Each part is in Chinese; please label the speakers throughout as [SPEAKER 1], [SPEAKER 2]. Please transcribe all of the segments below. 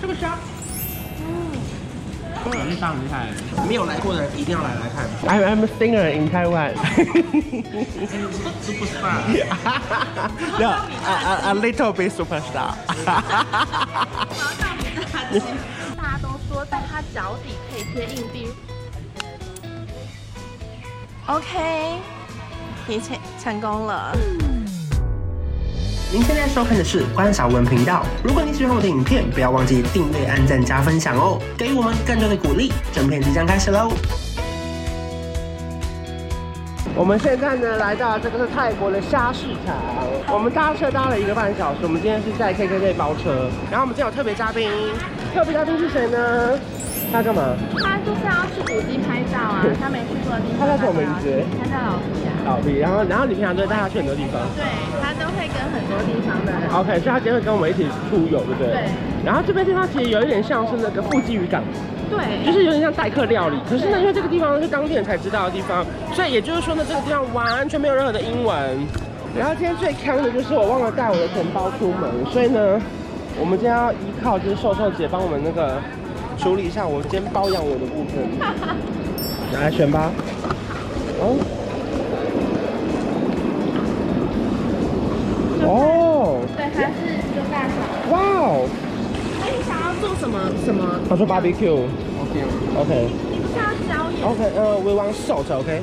[SPEAKER 1] 这个虾，
[SPEAKER 2] 我是上厉害人。
[SPEAKER 3] 没有来过的人一定要来来看。
[SPEAKER 2] I'm I'm a singer in Taiwan.
[SPEAKER 3] 是不是吧？
[SPEAKER 2] no, a, a, a little bit superstar.
[SPEAKER 1] 马上给大家吃。
[SPEAKER 4] 大家都说在它脚底可以贴硬币。OK，你成成功了。
[SPEAKER 3] 您现在收看的是关少文频道。如果你喜欢我的影片，不要忘记订阅、按赞、加分享哦，给予我们更多的鼓励。整片即将开始喽！
[SPEAKER 2] 我们现在呢来到这个是泰国的虾市场，我们搭车搭了一个半小时，我们今天是在 KKday 包车，然后我们今天有特别嘉宾，特别嘉宾是谁呢？他干嘛？
[SPEAKER 4] 他就是要去古迹拍照啊，他没去过的地
[SPEAKER 2] 他
[SPEAKER 4] 方。
[SPEAKER 2] 叫什么名字
[SPEAKER 4] 他叫老皮啊。
[SPEAKER 2] 倒闭，然后然后你平常都会带他去很多地方。
[SPEAKER 4] 对，他都会跟很多地方的人。
[SPEAKER 2] OK，所以他今天会跟我们一起出游，对不对？
[SPEAKER 4] 对。
[SPEAKER 2] 然后这边地方其实有一点像是那个富基渔港，就
[SPEAKER 4] 对，
[SPEAKER 2] 是有点像待客料理。可是呢，因为这个地方是当地人才知道的地方，所以也就是说呢，这个地方完全没有任何的英文。然后今天最坑的就是我忘了带我的钱包出门，所以呢，我们今天要依靠就是瘦瘦姐帮我们那个处理一下我今天包养我的部分。拿来选吧。哦。哦，
[SPEAKER 4] 对，他是一个大小。
[SPEAKER 2] 哇哦！
[SPEAKER 4] 那你想要做什么什么？
[SPEAKER 2] 他说 barbecue。OK。
[SPEAKER 4] 你不是要椒盐？
[SPEAKER 2] OK，呃，we want salt。OK。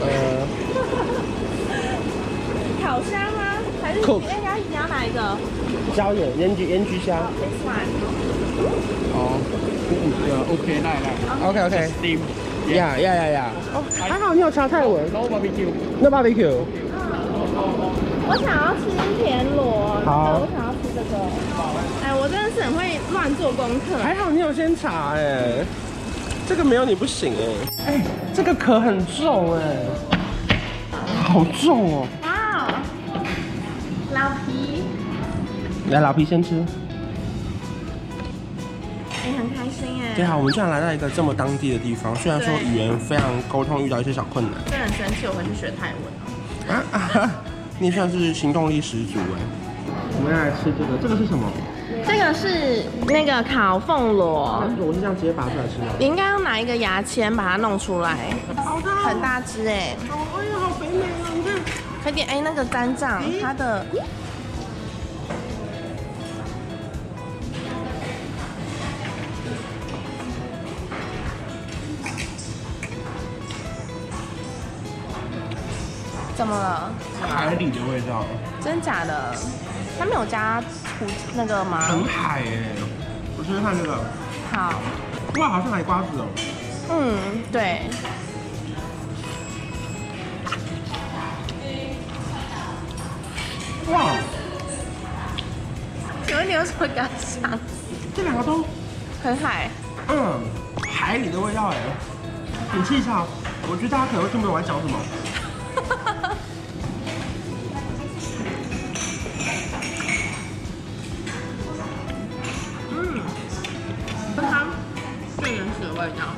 [SPEAKER 2] 呃
[SPEAKER 4] 烤箱吗？还是
[SPEAKER 2] Cook
[SPEAKER 4] 你哎，你要你要哪一个
[SPEAKER 2] 椒盐、盐焗、盐焗虾。
[SPEAKER 4] ？This one。
[SPEAKER 5] Okay, nine, nine.
[SPEAKER 2] OK OK。
[SPEAKER 5] Steam.
[SPEAKER 2] Yeah
[SPEAKER 5] Yeah.
[SPEAKER 2] yeah yeah yeah。哦，还好你有查泰文。
[SPEAKER 5] No barbecue.
[SPEAKER 2] No barbecue。
[SPEAKER 4] 我想要吃田螺，
[SPEAKER 2] 好
[SPEAKER 4] 对我想要吃这个。哎，我真的是很会乱做功课。
[SPEAKER 2] 还好你有先查哎、这个没有你不行哎、哎、这个壳很重哎、好重哦、
[SPEAKER 4] 哇哦，老皮，
[SPEAKER 2] 来，老皮先吃。
[SPEAKER 4] 哎、很开心哎，
[SPEAKER 2] 对啊，我们居然来到一个这么当地的地方，虽然说
[SPEAKER 4] 对
[SPEAKER 2] 语言非常沟通遇到一些小困难
[SPEAKER 4] 真的很生气，我回去学泰文。
[SPEAKER 2] 啊啊哈， 你算是行动力十足哎。我们要来吃这个，这个是什么？
[SPEAKER 4] 这个是那个烤凤螺，
[SPEAKER 2] 啊我是这样直接拔出来吃的。
[SPEAKER 4] 你应该要拿一个牙签把它弄出来，很大只哎，
[SPEAKER 2] 哎呀，好肥美啊！你看，
[SPEAKER 4] 快点哎、那个肝脏它的。怎么了？
[SPEAKER 2] 海里的味道，
[SPEAKER 4] 真假的？他没有加胡那个吗？
[SPEAKER 2] 很海哎。我试试看这个，
[SPEAKER 4] 好，
[SPEAKER 2] 哇，好像海瓜子哦。
[SPEAKER 4] 嗯，对，
[SPEAKER 2] 哇，
[SPEAKER 4] 请问你有什么感想？
[SPEAKER 2] 这两个都，
[SPEAKER 4] 很海，
[SPEAKER 2] 嗯，海里的味道哎。你吃一下，我觉得大家可能会听不懂我在讲什么。
[SPEAKER 4] 嗯，它最原始的味道，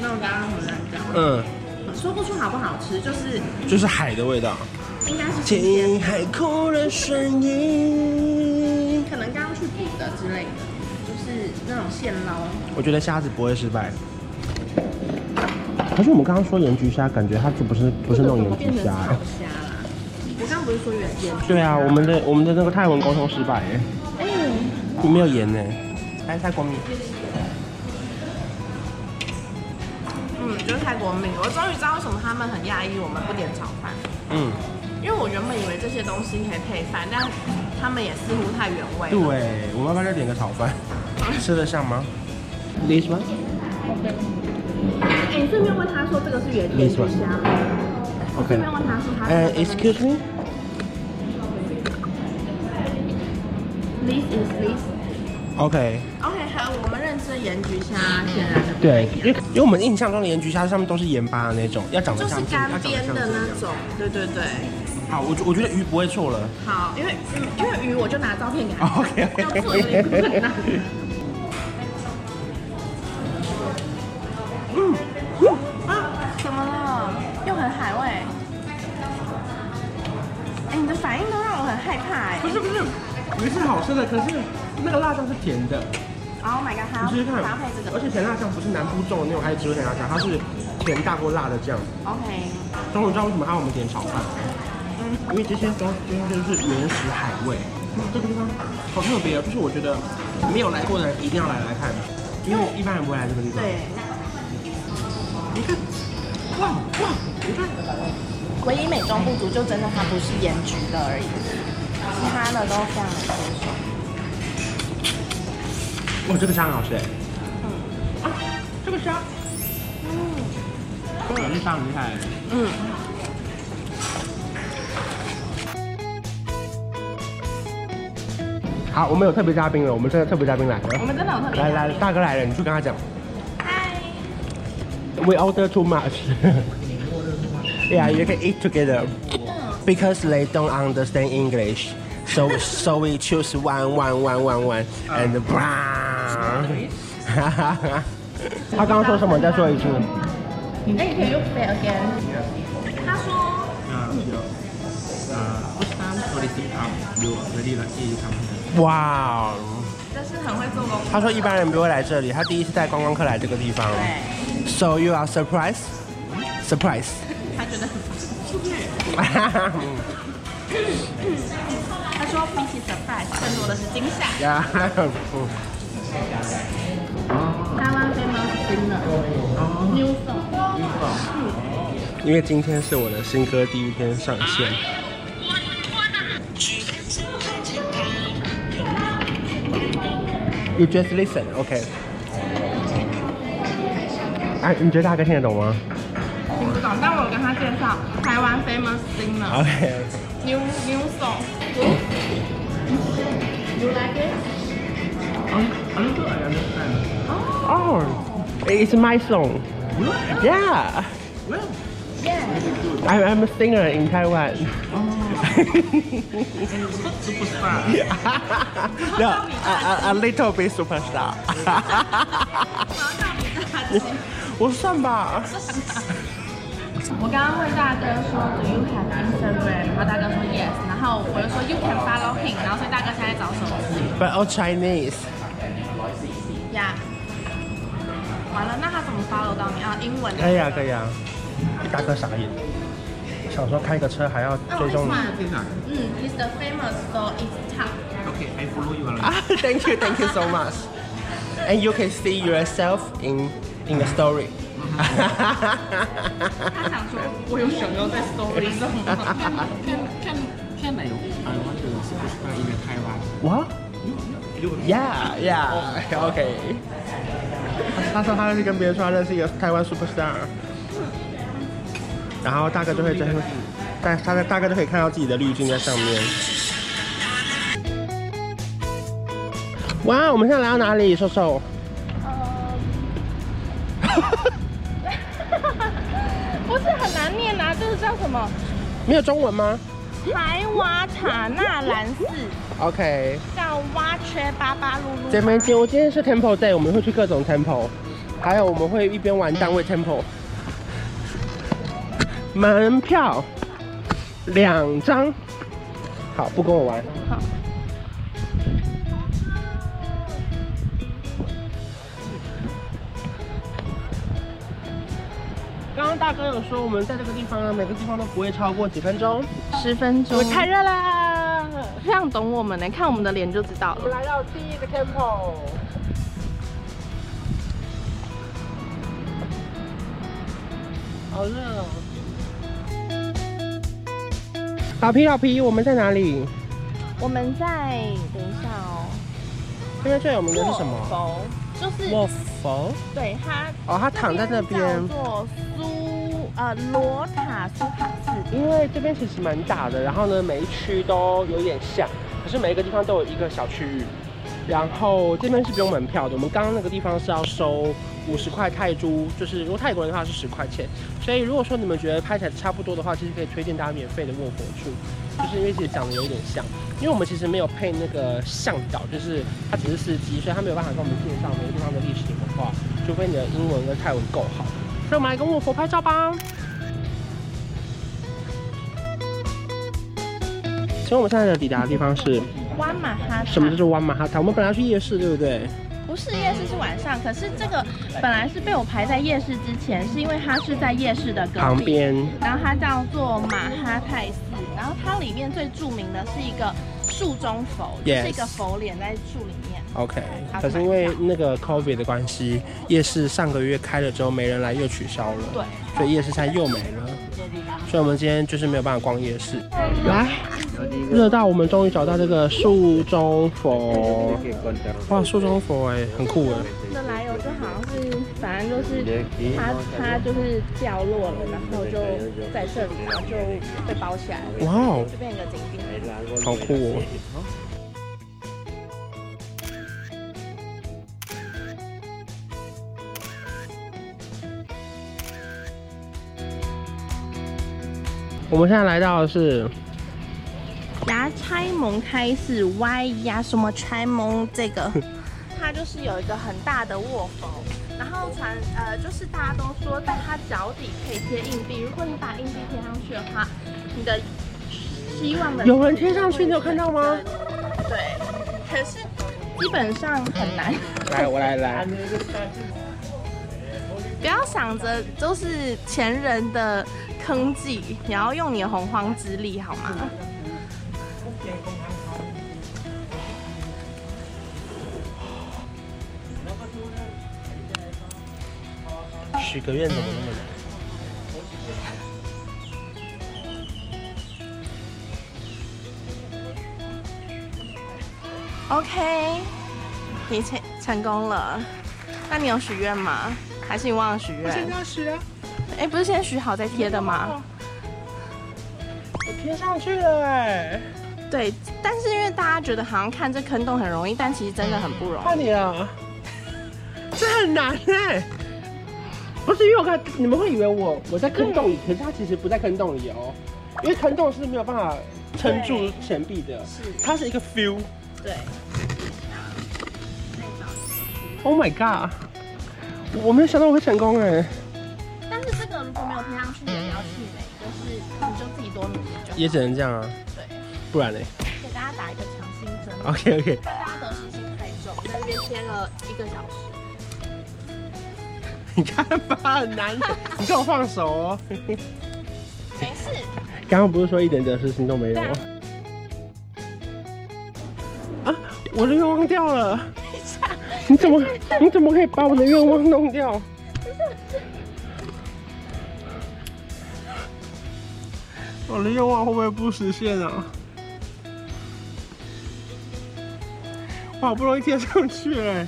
[SPEAKER 4] 那我刚刚很难讲，
[SPEAKER 2] 嗯，
[SPEAKER 4] 说不出好不好吃，就是
[SPEAKER 2] 就是海的味道。
[SPEAKER 4] 应该是新鲜，
[SPEAKER 2] 听海哭的声音。
[SPEAKER 4] 可能刚刚去补的之类的，就是那种现捞。
[SPEAKER 2] 我觉得虾子不会失败。可是我们刚刚说盐焗虾，感觉它就不是不是那种盐
[SPEAKER 4] 变
[SPEAKER 2] 焗
[SPEAKER 4] 成
[SPEAKER 2] 虾
[SPEAKER 4] 炒
[SPEAKER 2] 哎。
[SPEAKER 4] 虾啦。我刚刚不是说原盐？
[SPEAKER 2] 对啊，我们的我们的那个泰文沟通失败耶，
[SPEAKER 4] 哎、
[SPEAKER 2] 你没有盐呢。来泰国米，
[SPEAKER 4] 嗯，就是泰国米。我终于知道为什么他们很讶异我们不点炒饭。
[SPEAKER 2] 嗯，
[SPEAKER 4] 因为我原本以为这些东西可以配饭，但他们也似乎太原味
[SPEAKER 2] 对
[SPEAKER 4] 了。，
[SPEAKER 2] 我们要不要再点个炒饭？吃得上吗？This one,
[SPEAKER 4] 哎、你顺便问他说这个是原
[SPEAKER 2] 没
[SPEAKER 4] 盐
[SPEAKER 2] 错
[SPEAKER 4] 焗虾吗？
[SPEAKER 2] OK
[SPEAKER 4] 顺便问他说他
[SPEAKER 2] 呃、e x c u s e me,
[SPEAKER 4] this is this。
[SPEAKER 2] OK。
[SPEAKER 4] OK，还有我们认知的盐焗虾显然是不
[SPEAKER 2] 对，
[SPEAKER 4] 一
[SPEAKER 2] 因为
[SPEAKER 4] 样
[SPEAKER 2] 因为我们印象中的盐焗虾上面都是盐巴的那种，要长得
[SPEAKER 4] 就是
[SPEAKER 2] 像这样
[SPEAKER 4] 干煸的那。种。对对对，
[SPEAKER 2] 好，我觉我觉得鱼不会错了。
[SPEAKER 4] 好，因为鱼因为鱼我就拿照片给他看
[SPEAKER 2] OK，
[SPEAKER 4] 要做有点困难。啊，怎么了？又很海味。哎、你的反应都让我很害怕哎、
[SPEAKER 5] 欸
[SPEAKER 2] 不是不是，鱼是好吃的，可是那个辣酱是甜的，
[SPEAKER 4] Oh my god，还
[SPEAKER 2] 你试试看
[SPEAKER 4] 要搭配这。个
[SPEAKER 2] 而且甜辣酱不是南部种的那种爱吃的甜辣酱，它是甜大过辣的酱。
[SPEAKER 4] ，OK，
[SPEAKER 2] 终于知道为什么他要我们点炒饭，
[SPEAKER 4] 嗯，
[SPEAKER 2] 因为这些东西就是原始海味。这个地方好特别，就是我觉得没有来过的人一定要来来看，因为一般人不会来这个地方。
[SPEAKER 4] 对，
[SPEAKER 2] 你看，哇哇，你看，
[SPEAKER 4] 唯一美中不足就真的它不是盐焗的而已，其他的都非常的清爽。
[SPEAKER 2] 哇，这个虾很好吃哎，
[SPEAKER 4] 嗯啊
[SPEAKER 5] 这个虾
[SPEAKER 2] 哦这虾很厉害。
[SPEAKER 4] 嗯，
[SPEAKER 2] 好，我们有特别嘉宾了，我们真的特别嘉宾来了。
[SPEAKER 4] 我们真的有特别
[SPEAKER 2] 来
[SPEAKER 4] 嘉
[SPEAKER 2] 来，
[SPEAKER 4] 宾
[SPEAKER 2] 大哥来了，你去跟他讲。
[SPEAKER 4] 嗨
[SPEAKER 2] We order too much. yeah, you can eat together because they don't understand English. So so we choose one one one one one and bang. 他刚刚说什么？再说一次。
[SPEAKER 4] 那你可以用 say again。他说
[SPEAKER 2] 哇、
[SPEAKER 4] 这是很会做功课。
[SPEAKER 2] 他说一般人不会来这里，他第一次带观光客来这个地方。
[SPEAKER 4] 对，
[SPEAKER 2] So you are surprised? Surprise.
[SPEAKER 4] 他觉得很不他说比起 surprise，更多的是惊吓。
[SPEAKER 2] yeah.
[SPEAKER 4] 台湾 famous dinner，new song。
[SPEAKER 2] 因为今天是我的新歌第一天上线。You just listen, OK？哎、你觉得大哥听得懂吗
[SPEAKER 5] 听不懂，但我有跟他介绍台湾 famous singer
[SPEAKER 2] ？OK。
[SPEAKER 5] new new song。
[SPEAKER 4] You like it？
[SPEAKER 2] Oh, it's my song. Yeah. I'm, I'm a singer in Taiwan. superstar. no, a, a, a little bit superstar. 我算吧。
[SPEAKER 5] 我刚刚问大哥说 Do you have Instagram？然后大哥说 Yes，然后我就说 You can follow him，然后所以大哥现在找手机
[SPEAKER 2] But all Chinese.
[SPEAKER 5] 呀。完了，那他怎么 follow 到你啊？英文的。
[SPEAKER 4] 哎
[SPEAKER 2] 可以啊，可以啊。大哥傻眼，想说开个车还要
[SPEAKER 5] 那我
[SPEAKER 2] 追
[SPEAKER 5] 为什
[SPEAKER 2] 踪你
[SPEAKER 5] 么？嗯，He's the famous so it's tough。
[SPEAKER 2] Ah, thank you, thank you so much. And you can see yourself in in the story.
[SPEAKER 5] 他想说，我有想要在 story 上吗？
[SPEAKER 2] What? Yeah, yeah, OK. 他说他认识跟别人说他认识一个台湾 superstar，然后大哥就会在，但他的大哥就可以看到自己的滤镜在上面。哇，我们现在来到哪里？瘦瘦，
[SPEAKER 5] 不是很难念啊，这是叫什么？
[SPEAKER 2] 没有中文吗
[SPEAKER 5] 莱瓦塔纳兰寺
[SPEAKER 2] ？OK，
[SPEAKER 5] 叫挖缺巴巴露露。
[SPEAKER 2] 姐妹姐，我今天是 temple day，我们会去各种 temple，还有我们会一边玩单位 temple。门票两张，好，不跟我玩。刚刚大哥有说，我们在这个地方啊呢，每个地方都不会超过几分钟。
[SPEAKER 5] 十分钟，太热啦！非常懂我们呢，看我们的脸就知道了。
[SPEAKER 2] 来到第一个 temple。好热哦！老皮，老皮，我们在哪里？
[SPEAKER 4] 我们在等一下哦。
[SPEAKER 2] 这边最有名的是什么？
[SPEAKER 4] 佛，就是
[SPEAKER 2] 卧佛。
[SPEAKER 4] 对他
[SPEAKER 2] 哦，他躺在那边
[SPEAKER 4] 叫，做苏呃罗塔苏卡寺，
[SPEAKER 2] 因为这边其实蛮大的，然后呢，每一区都有点像，可是每一个地方都有一个小区域。然后这边是不用门票的，我们刚刚那个地方是要收五十块泰铢，就是如果泰国人的话是十块钱。所以如果说你们觉得拍起来差不多的话，其实可以推荐大家免费的卧佛处，就是因为其实长得有一点像，因为我们其实没有配那个向导，就是他只是司机，所以他没有办法跟我们介绍每个地方的历史文化，除非你的英文跟泰文够好。让我们来跟卧佛拍照吧。所以我们现在的抵达的地方是
[SPEAKER 4] 湾马哈
[SPEAKER 2] 什么叫
[SPEAKER 4] 塔，
[SPEAKER 2] 做弯马哈塔？我们本来要去夜市，对不对？
[SPEAKER 4] 不是夜市是晚上，可是这个本来是被我排在夜市之前，是因为它是在夜市的隔壁
[SPEAKER 2] 旁。边
[SPEAKER 4] 然后它叫做马哈泰寺，然后它里面最著名的是一个树中佛
[SPEAKER 2] Yes
[SPEAKER 4] 就是一个佛脸在树里面。
[SPEAKER 2] ，OK
[SPEAKER 4] 好。
[SPEAKER 2] 可是因为那个 COVID 的关系，夜市上个月开了之后没人来，又取消了。
[SPEAKER 4] 对，
[SPEAKER 2] 所以夜市现在又没了，所以我们今天就是没有办法逛夜市。来，热到我们终于找到这个树中佛，哇，树中佛哎、很酷哎、
[SPEAKER 4] 的来由就好像是，反正就是它它就是掉落了，然后就在这里，然后就被包起来了，
[SPEAKER 2] 哇哦，
[SPEAKER 4] 就变一个景点。
[SPEAKER 2] 好酷哦、我们现在来到的是
[SPEAKER 4] 牙拆蒙开是 Y 牙什么拆蒙这个，它就是有一个很大的卧佛，然后传呃就是大家都说在它脚底可以贴硬币，如果你把硬币贴上去的话，你的希望 的
[SPEAKER 2] 有人贴上去，你有看到吗？
[SPEAKER 4] 对，可是基本上很难，
[SPEAKER 2] 来，我来来，
[SPEAKER 4] 不要想着都是前人的坑计，你要用你的洪荒之力好吗？
[SPEAKER 2] 许个愿怎么那么难？
[SPEAKER 4] OK，你成成功了。那你有许愿吗？还是你忘了许愿？现在要许啊。哎、不是先许好再贴的吗？
[SPEAKER 2] 我贴上去了哎，
[SPEAKER 4] 对，但是因为大家觉得好像看这坑洞很容易，但其实真的很不容易。
[SPEAKER 2] 换你啊，这很难哎。不是因为我看你们会以为我我在坑洞里，可是它其实不在坑洞里哦，因为坑洞是没有办法撑住钱币的，它是一个 feel。
[SPEAKER 4] 嗯对。
[SPEAKER 2] Oh my god！我我没有想到我会成功哎，
[SPEAKER 4] 但是这个如果没有贴上去，也不要气馁，就是你就自己多努力就好。
[SPEAKER 2] 也只能这样啊，
[SPEAKER 4] 对，
[SPEAKER 2] 不然嘞
[SPEAKER 4] 给大家打一个强心针，
[SPEAKER 2] ？OK OK，
[SPEAKER 4] 大家得失心太重，在那边贴了一个小时。
[SPEAKER 2] 你看吧，很难，你给我放手哦。
[SPEAKER 4] 没事，
[SPEAKER 2] 刚刚不是说一点得失心都没有吗？啊，我的愿望掉了！你怎么你怎么可以把我的愿望弄掉？我的愿望会不会不实现啊？我好不容易贴上去哎、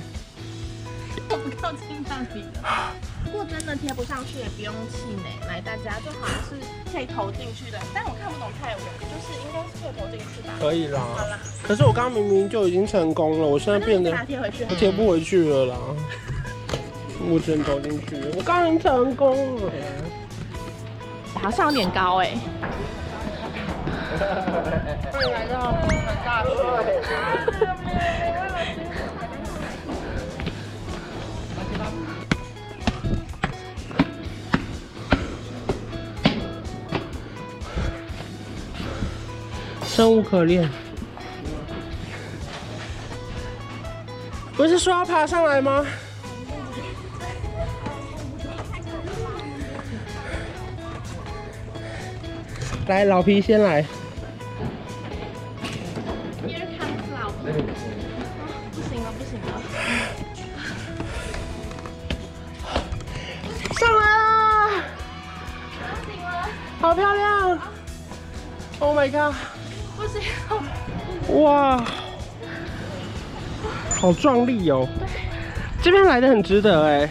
[SPEAKER 4] 我不靠近到你了。如果真的贴不上去，也不用气馁，来大家就好像是可以投进去的，但我看不懂泰文，就是应该是可以投进去吧。
[SPEAKER 2] 可以啦
[SPEAKER 4] 好啦，
[SPEAKER 2] 可是我刚刚明明就已经成功了，我现在
[SPEAKER 4] 那
[SPEAKER 2] 变
[SPEAKER 4] 你
[SPEAKER 2] 得
[SPEAKER 4] 把它贴回去好
[SPEAKER 2] 我
[SPEAKER 4] 了。
[SPEAKER 2] 贴不回去了啦，我只能投进去。我刚刚成功啊了，
[SPEAKER 4] 好像有点高哎、
[SPEAKER 2] 生无可恋。不是说要爬上来吗？来，老皮先来。
[SPEAKER 4] Here comes love。不行了，不行了。
[SPEAKER 2] 上来啦！好漂亮！Oh my god！不行！哇，好壮丽哦！这边来的很值得哎。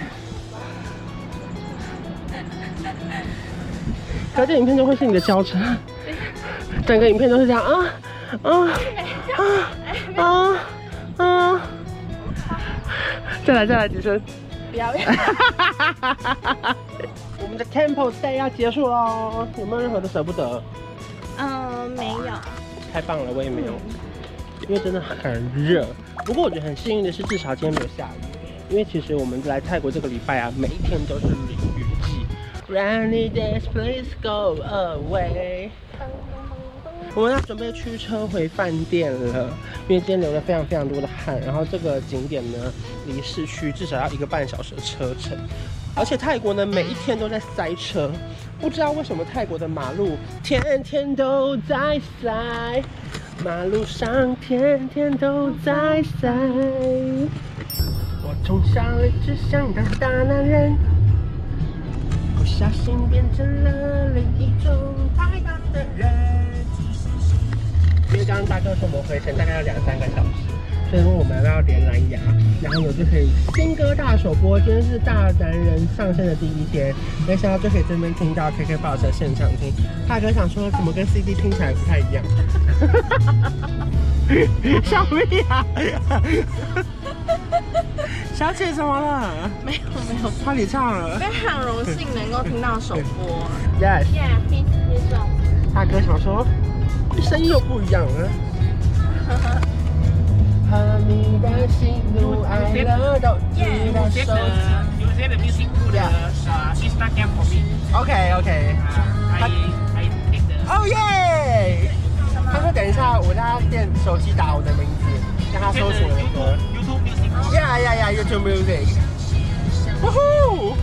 [SPEAKER 2] 可这影片都会是你的交叉，整个影片都是这样啊啊啊啊啊！再来再来几声。
[SPEAKER 4] 不要，
[SPEAKER 2] 我们的 Temple Day 要结束喽，有没有任何的舍不得？
[SPEAKER 4] 嗯， 没有。
[SPEAKER 2] 太棒了，我也没有，因为真的很热。不过我觉得很幸运的是，至少今天没有下雨，因为其实我们来泰国这个礼拜啊，每一天都是淋雨季。Rainy days, please go away。我们要准备驱车回饭店了，因为今天流了非常非常多的汗。然后这个景点呢，离市区至少要一个半小时的车程，而且泰国呢每一天都在塞车，不知道为什么泰国的马路天天都在塞，马路上天天都在塞。我从小一直想当大男人。不小心变成了另一种太阳的人。因为刚刚大哥说我们回程大概要两三个小时，所以我们要连蓝牙，然后我就可以新歌大首播。今天是大男人上线的第一天，没想到就可以这边听到 KKBOX 的现场听。大哥想说怎么跟 CD 听起来不太一样？小屁啊！小姐怎么了？
[SPEAKER 4] 没有没有，
[SPEAKER 2] 怕你唱了。
[SPEAKER 4] 非常荣幸能够听到首播。
[SPEAKER 2] Yes。
[SPEAKER 4] Yeah, please listen.
[SPEAKER 2] 大哥想说，声音又不一样啊了。 哈密的喜怒哀乐都知道收藏。
[SPEAKER 6] You say the music to the uh, sister camp for me.
[SPEAKER 2] OK OK，
[SPEAKER 6] Uh, I I take the
[SPEAKER 2] 哦耶！他说等一下，我让他电手机打我的名字，让他
[SPEAKER 6] take
[SPEAKER 2] 搜
[SPEAKER 6] the
[SPEAKER 2] 索我的歌
[SPEAKER 6] YouTube。YouTube music.
[SPEAKER 2] Yeah yeah yeah, YouTube music。呜呼！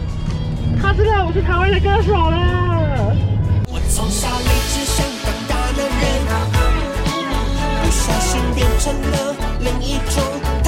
[SPEAKER 2] 他知道我是台湾的歌手了。
[SPEAKER 7] 我从小一直想当大男人，不小心变成了另一种